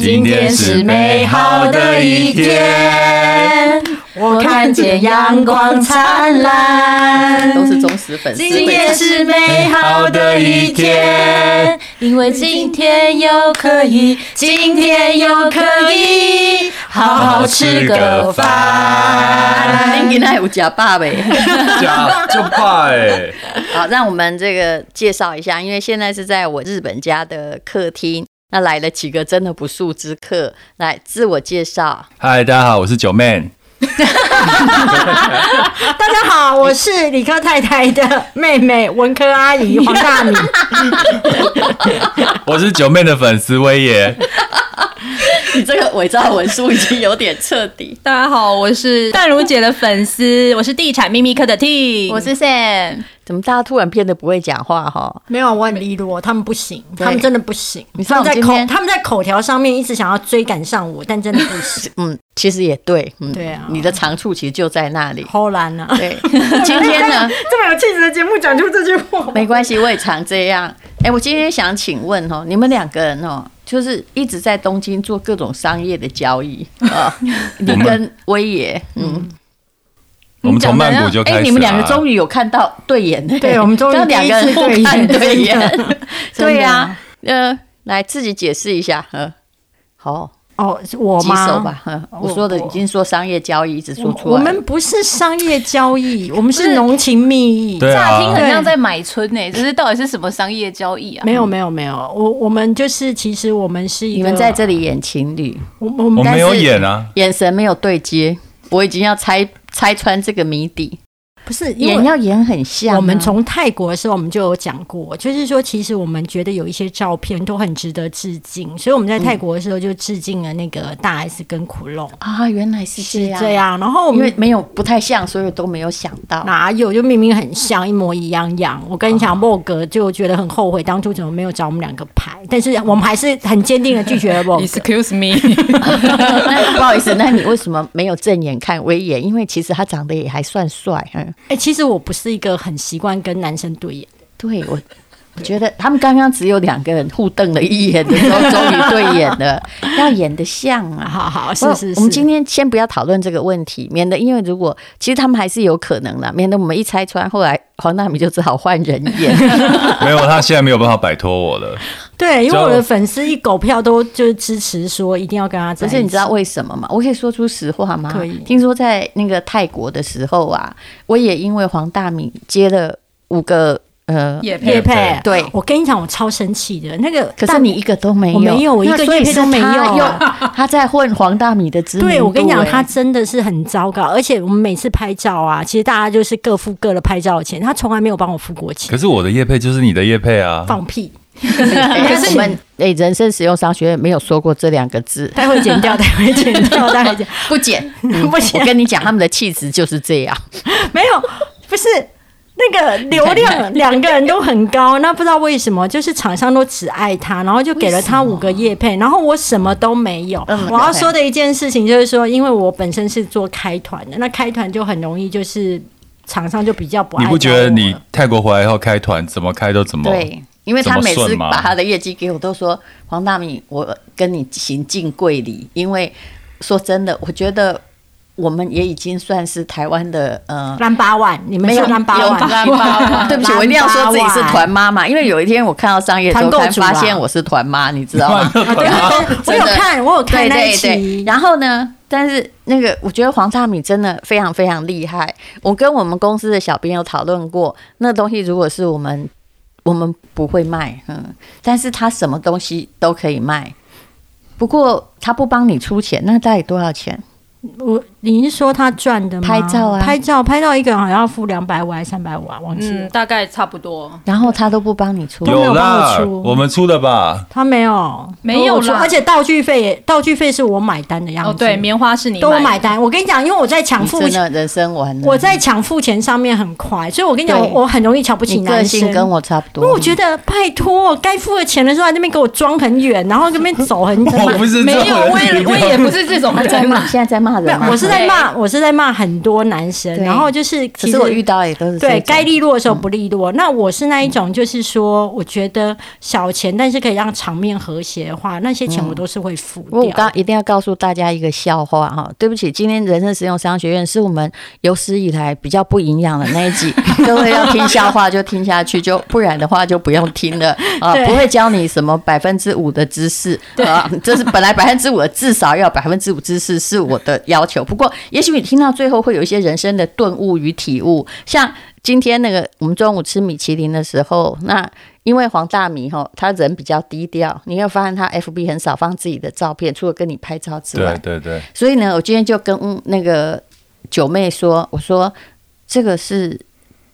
今天是美好的一天，我看见阳光灿烂。都是忠实粉丝。今天是美好的一天，因为今天又可以，今天又可以好好吃个饭。您今天有假爸呗？假就怕哎， 好，让我们这个介绍一下，因为现在是在我日本家的客厅。那来了几个真的不速之客，来自我介绍。嗨，大家好，我是九妹。大家好，我是理科太太的妹妹文科阿姨黄大米。我是九妹的粉丝威爷。你 这个伪造文书已经有点彻底。大家好，我是淡如姐的粉丝，我是地产秘密课的 T，我是 Sam。怎么大家突然变得不会讲话哈？没有，我很利落，他们不行，他们真的不行。你知他道们在我今口天他们在口条上面一直想要追赶上我，但真的不 行。嗯，其实也对，嗯，对啊你的长处其实就在那里。偷懒啊！ 对，今天呢， 这么有气质的节目讲出这句 话，没关系，我也常这样。哎、我今天想请问哦，你们两个人哦，就是一直在东京做各种商业的交易 啊、你跟威爷，嗯，我们从曼谷就哎、开始。啊你们两个终于有看到对眼呢、 对我们终于刚两个人互第一次看对对眼 眼， 真的对呀、呃，来自己解释一下，呃，好，哦，是我举吗？手吧，呃，我说的已经说商业交易，一直说我。出我来了，们不是商业交易， 我们是浓情蜜意。对乍听啊，很像在买春呢、欸，这是到底是什么商业交易啊？没有没有没有，我我们就是其实我们是一个，你们在这里演情侣，我我我们没有但是演啊。眼神没有对接，我已经要拆拆穿这个谜底，不是因演为。要演很像啊、我们从泰国的时候，我们就有讲过，就是说，其实我们觉得有一些照片都很值得致敬，所以我们在嗯泰国的时候就致敬了那个大 S 跟苦肉，啊，原来是这样，这样。然后我因为们没有不太像，所以都没有想到。哪有就明明很像，一模一样样。我跟你讲，哦莫哥就觉得很后悔，当初怎么没有找我们两个拍，但是我们还是很坚定的拒 绝了莫哥。 Excuse me，那不好意思，那你为什么没有正眼看威眼？因为其实他长得也还算帅，嗯，哎、其实我不是一个很习惯跟男生对眼，对我。我觉得他们刚刚只有两个人互瞪了一眼的时候，终于对眼了，要演得像啊！好好我是是我是。们今天先不要讨论这个问题，免得因为如果其实他们还是有可能的，免得我们一拆穿，后来黄大米就只好换人演。没有，他现在没有办法摆脱我了。对，因为叫我的粉丝一狗票都就是支持说一定要跟他在可一起。是你知道为什么吗？我可以说出实话吗？可以听说在那个泰国的时候啊，我也因为黄大米接了五个呃， 也配叶佩， 对我跟你讲，我超生气的那个。可是但你一个都没有，我没有我一个那所以叶配都是没有他又 他在混黄大米的知名度。对我跟你讲，欸他真的是很糟糕，而且我们每次拍照啊，其实大家就是各付各的拍照的钱，他从来没有帮我付过钱可，是我的叶配就是你的叶配啊。放屁，可是我们哎，人生使用商学院没有说过这两个字，待会剪掉，待会剪掉，待会剪，不减 不剪我跟你讲，他们的气质就是这样。没有，不是。那个流量两个人都很高，那不知道为什么，就是厂商都只爱他，然后就给了他五个叶配，然后我什么都没有。嗯我要说的一件事情就是说，因为我本身是做开团的，那开团就很容易就是厂商就比较不爱你找不觉得你我泰国回来以后开团怎么开都怎么？对，因为他每怎么次顺嘛把他的业绩给我，都说黄大米，我跟你行敬跪礼。因为说真的，我觉得我们也已经算是台湾的 呃。兰巴万，你们没是有兰巴有万，兰巴万对不起，我一定要说自己是团妈妈，因为有一天我看到商业周团刊，购主啊发现我是团妈，你知道吗？啊对对对我有真的看，我有看对那一对期对，，然后呢？但是那个，我觉得黄大米真的非常非常厉害。我跟我们公司的小编有讨论过，那东西如果是我们我们不会卖，嗯，但是他什么东西都可以卖。不过他不帮你出钱，那到底多少钱？我你是说他赚的吗？拍照啊拍照，拍照一个人好像要付两百五还是三百五啊？忘记了。嗯，大概差不多。然后他都不帮你出，有都没有啦帮我，出我们出的吧？他没有，没有啦我出而且道具费也，道具费是我买单的样子。哦，对，棉花是你都我买买的，单。我跟你讲，因为我在抢你付真，的人生完了。我在抢付钱上面很快，所以我跟你讲，对我我很容易瞧不起你个男生。性跟我差不因多，为我觉得拜托，该付了钱的时候，在那边给我装很远，然后在那边走很 我远。不是这没有，种 我人也我也不是这种他在人啊骂， 嘛。现在在骂没人有吗。我是在骂，我是在骂很多男生。对然后就是，可其是实我遇到也都是对这种嗯该利落的时候不利落。那我是那一种，就是说，我觉得小钱，但是可以让场面和谐的话，那些钱我都是会付不过我掉。刚一定要告诉大家一个笑话哈，对不起，今天人生实用商学院是我们有史以来比较不营养的那一集， 各位要听笑话就听下去，就不然的话就不用听了 啊，对不会教你什么百分之五的知识啊，这是本来百分之五的至少要百分之五知识是我的要求，不过也许你听到最后会有一些人生的顿悟与体悟，像。今天那个我们中午吃米其林的时候，那因为黄大米吼，他人比较低调，你会发现他 FB 很少放自己的照片，除了跟你拍照之对外。对对，所以呢，我今天就跟嗯那个九妹说，我说这个是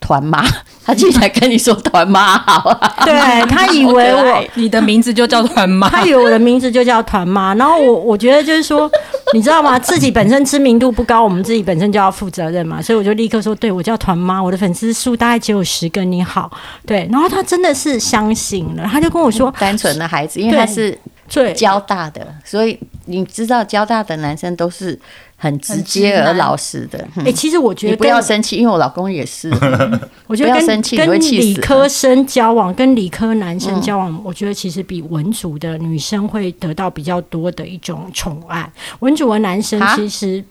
团妈，她竟然跟你说团妈好啊， 对他以为我，你的名字就叫团妈，他以为我的名字就叫团妈，然后我我觉得就是说，你知道吗？自己本身知名度不高，我们自己本身就要负责任嘛，所以我就立刻说，对我叫团妈，我的粉丝数大概只有十个，你好，对。然后他真的是相信了，他就跟我说，单纯的孩子，因为她是对，交大的，所以你知道交大的男生都是很直接而老实的。嗯哎、其实我觉你得不跟要生气，因为我老公 也是。我觉得不要跟生气你跟会气死啊嗯理科生交往，跟理科男生交往，我觉得其实比文组的女生会得到比较多的一种宠爱。文组的男生啊其实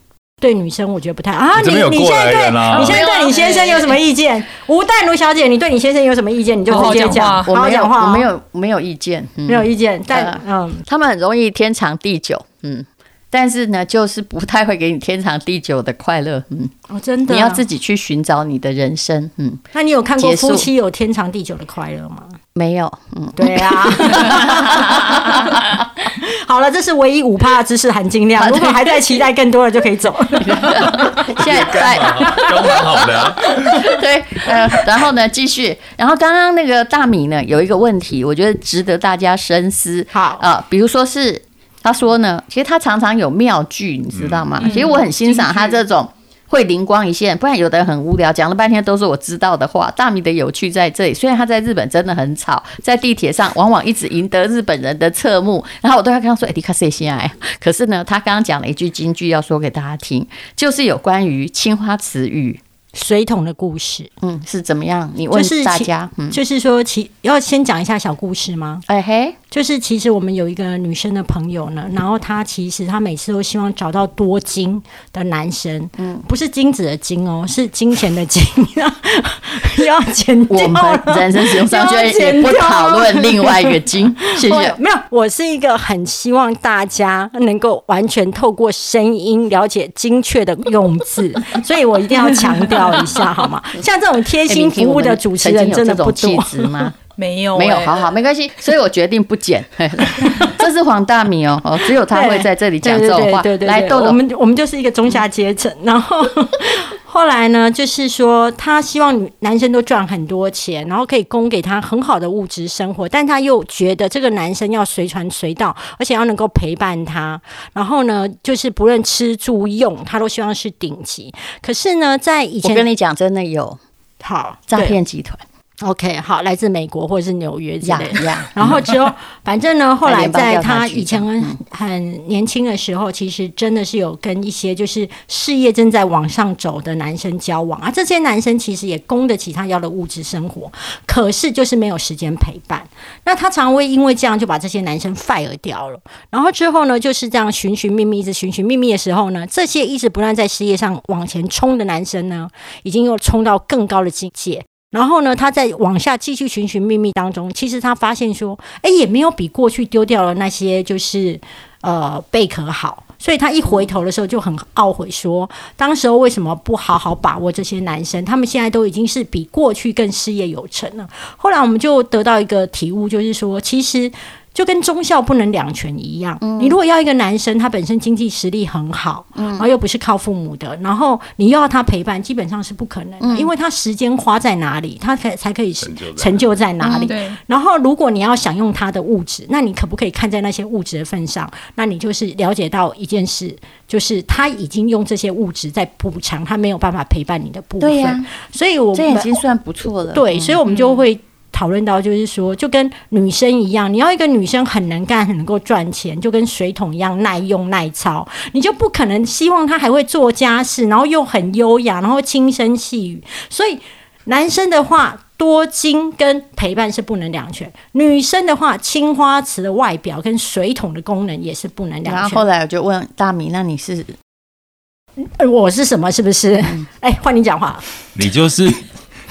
对女生，我觉得不太啊。你这你边有你过现来在对人啊你现在对你先生有什么意见？吴淡如小姐，你对你先生有什么意见？你就直接好讲，好好我好没有，讲话哦，我没有，没有意见，嗯没有意见，但呃嗯，他们很容易天长地久，嗯，但是呢，就是不太会给你天长地久的快乐，嗯，哦，真的，你要自。己去寻找你的人生，嗯，那你有看过结束夫妻有天长地久的快乐吗？没有，嗯，对 啊。好了，这是唯一五趴的知识含金量。如果还在期待更多的，就可以 走。现在在都蛮好的啊。 对，呃，然后呢，继续，然后刚刚那个大米呢，有一个问题，我觉得值得大家深思，好啊、比如说是他说呢，其实他常常有妙句，你知道吗？嗯其实我很欣赏他这种会灵光一现，不然有的人很无聊，讲了半天都是我知道的话。大米的有趣在这里，虽然他在日本真的很吵，在地铁上往往一直赢得日本人的侧目，然后我都要跟他说：“哎、你看谁先来？”可是呢，他刚刚讲了一句金句，要说给大家听，就是有关于青花瓷语，水桶的故事，嗯，是怎么样？你就问是大其家，嗯，就是说其要先讲一下小故事吗？哎、嘿，就是其实我们有一个女生的朋友呢，然后她其实她每次都希望找到多金的男生，嗯不是金子的金哦，是金钱的金， 又要剪我掉们了。人生使用上居然也不讨论另外一个经，谢我谢。没有，我是一个很希望大家能够完全透过声音了解精确的用 字，所以我一定要强调一下，好吗？像这种贴哎心你听服我务们的主持人曾经有真的这不种气多。哦质 吗？没有没有，欸好好，没关系，所以我决定不剪。这是黄大米哦，哦，只有他会在这里讲这种话对对对对。对来，豆嗯我豆，们我们就是一个中下阶层。然后 后来呢，就是说他希望女男生都赚很多钱，然后可以供给他很好的物质生活，但他又觉得这个男生要随传随到，而且要能够陪伴他。然后呢，就是不论吃住用，他都希望是顶级。可是呢，在以我前跟你讲，真的有好诈对骗集团 OK 好，来自美国或者是纽约之呀类的。 呀，然后 之后，反正呢，后来在他以前联邦调查很嗯嗯很年轻的时候，其实真的是有跟一些就是事业正在往上走的男生交往啊。这些男生其实也供得起他要的物质生活，可是就是没有时间陪伴。那他常会因为这样就把这些男生 fire 掉了。然后之后呢，就是这样寻寻觅觅，一直寻寻觅觅的时候呢，这些一直不断在事业上往前冲的男生呢，已经又冲到更高的境界。然后呢，他在往下继续寻寻觅觅当中，其实他发现说，哎，也没有比过去丢掉了那些就是呃贝壳好。所以他一回头的时候就很懊悔说，当时候为什么不好好把握这些男生？他们现在都已经是比过去更事业有成了。后来我们就得到一个体悟，就是说，其实就跟忠孝不能两全一样。你如果要一个男生，他本身经济实力很好，然后又不是靠父母的，然后你又要他陪伴，基本上是不可能的，因为他时间花在哪里，他才才可以成就在成就在哪里。嗯对，然后，如果你要享用他的物质，那你可不可以看在那些物质的份上？那你就是了解到一件事，就是他已经用这些物质在补偿他没有办法陪伴你的部分。对呀，所以我这已们经算不错了。嗯对，所以我们就会讨论到，就是说，就跟女生一样，你要一个女生很能干、很能够赚钱，就跟水桶一样耐用耐操，你就不可能希望她还会做家事，然后又很优雅，然后轻声细语。所以男生的话，多金跟陪伴是不能两全；女生的话，青花瓷的外表跟水桶的功能也是不能然两后全后。来我就问大米，那你是呃我是什么？是不是？嗯 哎、换你讲话。你就是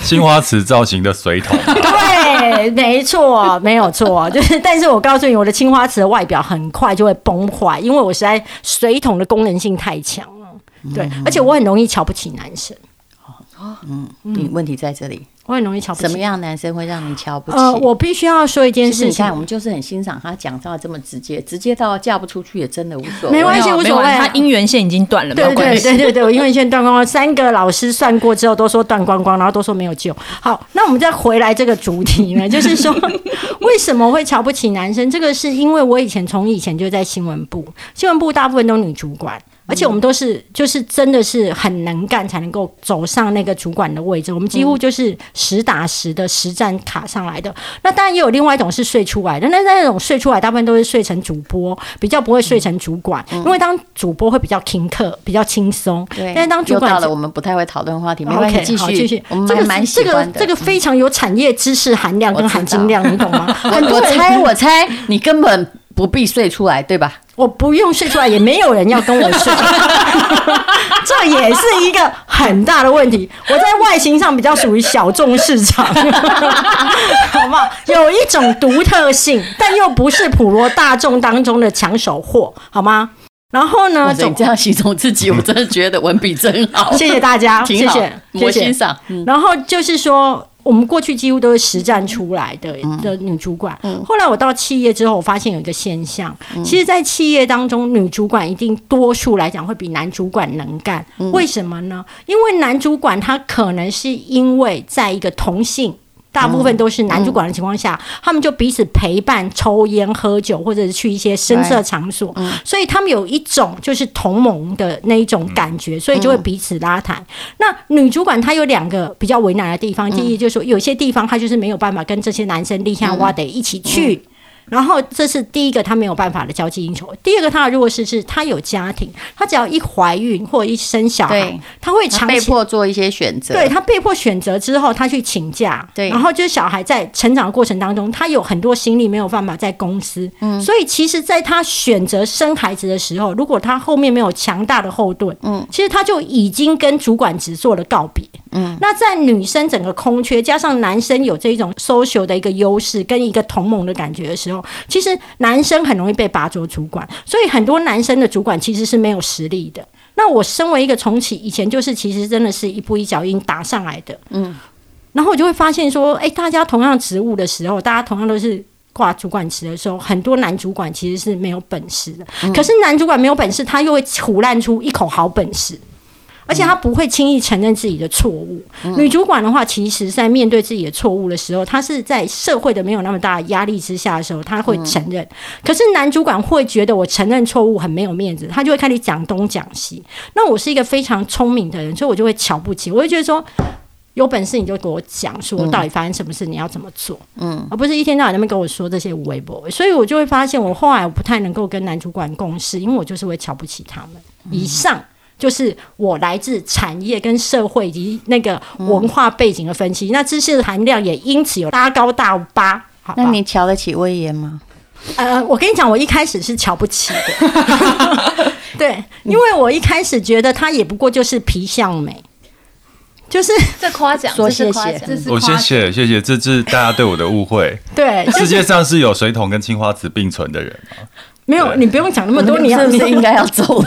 青花瓷造型的 水桶， 对，没错，没有错，就是。但是我告诉你，我的青花瓷的外表很快就会崩坏，因为我实在水桶的功能性太强了。嗯对，而且我很容易瞧不起男生，你问题在这里，我很容易嗯瞧不起。什么？样的男生会让你瞧不起？呃，我必须要说一件其实事你情看，我。们就是很欣赏他讲到这么直接，直接到嫁不出去也真的无所谓。没关系有无所谓没有他姻缘线已经断了，没有对关对系。对对对，我因为现在断光光，三个老师算过之后都说断光光，然后都说没有救。好，那我们再回来这个主题呢，就是 说为什么会瞧不起男生？这个是因为我以前从以前就在新闻部，新闻部大部分都女主管。而且我们都是，就是真的是很能干，才能够走上那个主管的位置。我们几乎就是实打实的实战卡上来的。那当然也有另外一种是睡出来的，那那种睡出来大部分都是睡成主播，比较不会睡成主管，因为当主播会比较听课，比较轻松。嗯对，但是当主又管到了我们不太会讨论话题，没关系， OK，好继继续。我们这还个蛮是这喜个欢的。 这个非常有产业知识含量跟我知含金量，你懂吗？很 我多我人猜我猜你根本不必睡出来，对吧？我不用睡出来，也没有人要跟我 睡，这也是一个很大的问题。我在外形上比较属于小众市 场，好不好？有一种独特性，但又不是普罗大众当中的抢手货，好吗？然后呢，哇塞，你总哦这样形容 自己，我真的觉得文笔真好，谢谢大家，谢挺好谢，我谢欣谢。赏。然后就是说，我们过去几乎都是实战出来的、的女主管。后来我到企业之后，我发现有一个现象，其实，在企业当中，女主管一定多数来讲会比男主管能干。为什么呢？因为男主管他可能是因为在一个同性。大部嗯分都是男主管的情况下，他们就彼此陪伴、抽烟、喝酒，或者是去一些深色场所，嗯所以他们有一种就是同盟的那一种感嗯觉，所以就会彼此拉抬。那女主管她有两个比较为难的地嗯方，第一就是说有些地方她就是没有办法跟这些男生立嗯下哇得一起去。然后这是第一个，她没有办法的交际应酬。第二个，她的弱势是她有家庭，她只要一怀孕或一生小孩对，她会他长被期迫做一些选择，对他被迫选择之后，他去请假，对然后就是小孩在成长的过程当中，他有很多心力没有办法在公司，嗯，所以其实，在他选择生孩子的时候，如果他后面没有强大的后盾，嗯，其实他就已经跟主管职做了告别，嗯，那在女生整个空缺，加上男生有这种 social 的一个优势跟一个同盟的感觉的时候，其实男生很容易被拔擢主管，所以很多男生的主管其实是没有实力的。那我身为一个重启，以前就是其实真的是一步一脚印打上来的，嗯。然后我就会发现说，哎，大家同样职务的时候，大家同样都是挂主管职的时候，很多男主管其实是没有本事的。可是男主管没有本事，他又会胡烂出一口好本事。而且他不会轻易承认自己的错误。女主管的话，其实在面对自己的错误的时候，她是在社会的没有那么大的压力之下的时候，她会承认。可是男主管会觉得我承认错误很没有面子，他就会开始讲东讲西。那我是一个非常聪明的人，所以我就会瞧不起，我就觉得说。有本事你就给我讲，说到底发生什么事，你要怎么做，嗯，而不是一天到晚在那边跟我说这些无微不微，所以我就会发现，我后来我不太能够跟男主管共事，因为我就是会瞧不起他们。嗯以上就是我来自产业跟社会以及那个嗯文化背景的分析，那知识含量也因此有拉高到八。好吧那你瞧得起威严吗？呃，我跟你讲，我一开始是瞧不起 的，对，因为我一开始觉得他也不过就是皮相美，就是这夸奖，说这是谢夸谢奖这是我夸谢奖。谢谢谢，这是大家对我的误会。对，就世是界上是有水桶跟青花瓷并存的 人吗？没有，对你不用讲那么我多，你要是不你是应该要走了？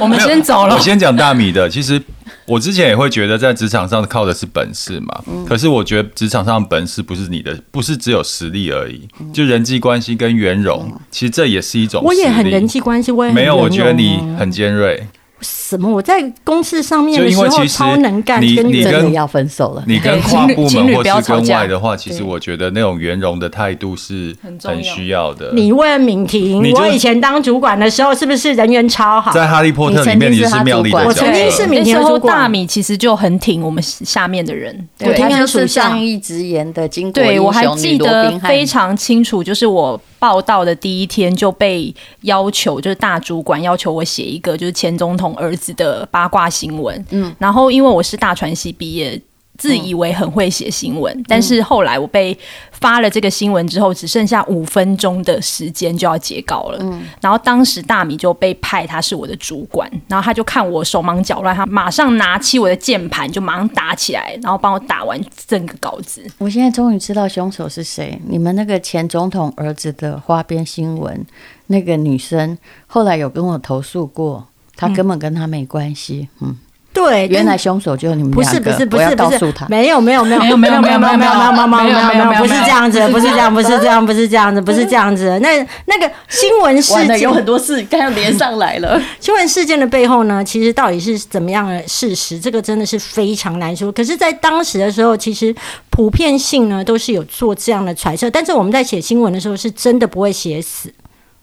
我们先走了我。先讲大米的，其实我之前也会觉得在职场上靠的是本事嘛，嗯可是我觉得职场上的本事不是你的，不是只有实力而已，嗯就人际关系跟圆融，其实这也是一种实力。我也很人际关系，我也很没有，圆我啊觉得融你哦很尖锐。什么？我在公司上面就的因时为候其实超能干，你跟你人真的跟要分手了。你跟对跨部情侣门情侣或不要是吵跟架外的话，其实我觉得那种圆融的态度是很重要很需要的。你问敏婷你，就我以前当主管的时候是不是人缘超好？在《哈利波特》里面，你你曾经是是他妙丽的角我色，曾经是敏那婷时的主候管，大米其实就很挺我们下面的人，对我听他他就是属是下仗义直言的巾帼对，我英还雄记女罗得宾汉非。常清楚，就是我报道的第一天就被要求，就是大主管要求我写一个就是前总统儿子的八卦新闻。嗯，然后因为我是大传系毕业。自嗯以为很会写新闻，但是后来我被发了这个新闻之后，只剩下五分钟的时间就要截稿了。嗯然后当时大米就被派他是我的主管，然后他就看我手忙脚乱，他马上拿起我的键盘就马上打起来，然后帮我打完整个稿子。我现在终于知道凶手是谁。你们那个前总统儿子的花边新闻，那个女生后来有跟我投诉过，她根本跟他没关系。嗯，对，原来哎但凶手就是你们不两是个，不是不我是要告不诉是他，。没有没有没有没有没有没有没有没有有没有没没有有没有没有，不是没有这样子，不是这样，不是这样，不是这样子，不是这样子。那那个新闻事完了，件有，很多事刚要连上来了。新闻事件的背后呢，其实到底是怎么样的事实，这个真的是非常难说。可是，在当时的时候，其实普遍性呢都是有做这样的揣测，但是我们在写新闻的时候，是真的不会写死，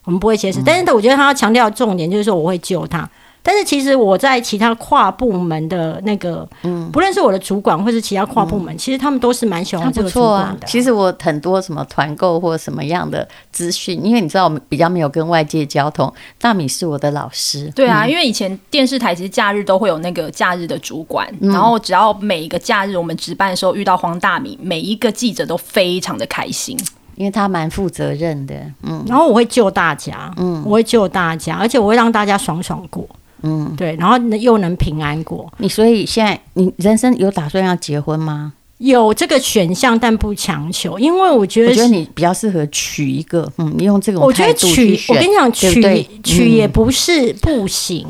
我们不会写嗯死。但是，我觉得他要强调的重点就是说，我会救他。但是其实我在其他跨部门的那个，嗯不论是我的主管或是其他跨部门，其实他们都是蛮喜他欢这不个主错管啊的。，其实我很多什么团购或什么样的资讯，因为你知道我们比较没有跟外界交通。大米是我的老师， 嗯对啊，因为以前电视台其实假日都会有那个假日的主管，然后只要每一个假日我们值班的时候遇到黄大米，每一个记者都非常的开心。因为他蛮负责任的，嗯，然后我会救大家，嗯，我会救大家，而且我会让大家爽爽过，嗯，对，然后呢又能平安过。你所以现在你人生有打算要结婚吗？有这个选项，但不强求，因为我觉我得觉得是。你比较适合娶一个，嗯，你用这种我觉态得度去娶，我选跟你讲，对娶不对娶也嗯不是不行，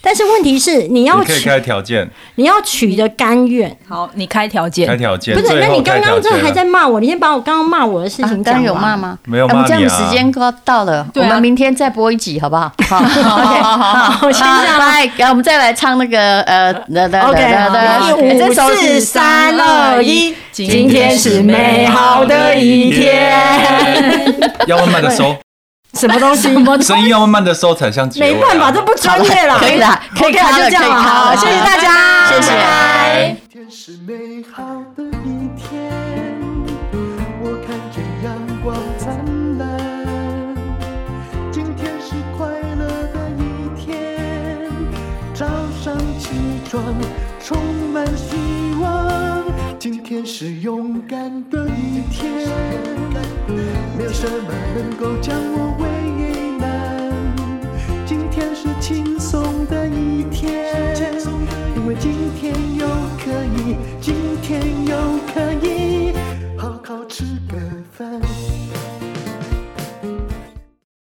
但是问题是你要你可以娶开条件，你要娶的甘愿，好，你开条开件，条件。不是？最那后你开刚条刚这件还啊在骂我，你先把我刚刚骂我的事啊情讲刚刚有完骂？吗？没有哎我骂们这样你子啊时间快到了，我对啊们明天再播一集好不好？好，OK，好，先这样来，然后我们再来唱那个呃哒哒 OK，哒哒好哎这首五是四三二一，今天是美好的一天， 要慢慢的收，什么东西？声音要慢慢的收才像结尾啊。没办法，这不专业啦。可以的，可以 OK，卡就了，这样可以了，卡好，了谢谢大家，谢谢。今天是美好的一天，我看见阳光灿烂。今天是快乐的一天，早上起床充满希望。今天是勇敢的一天，没有什么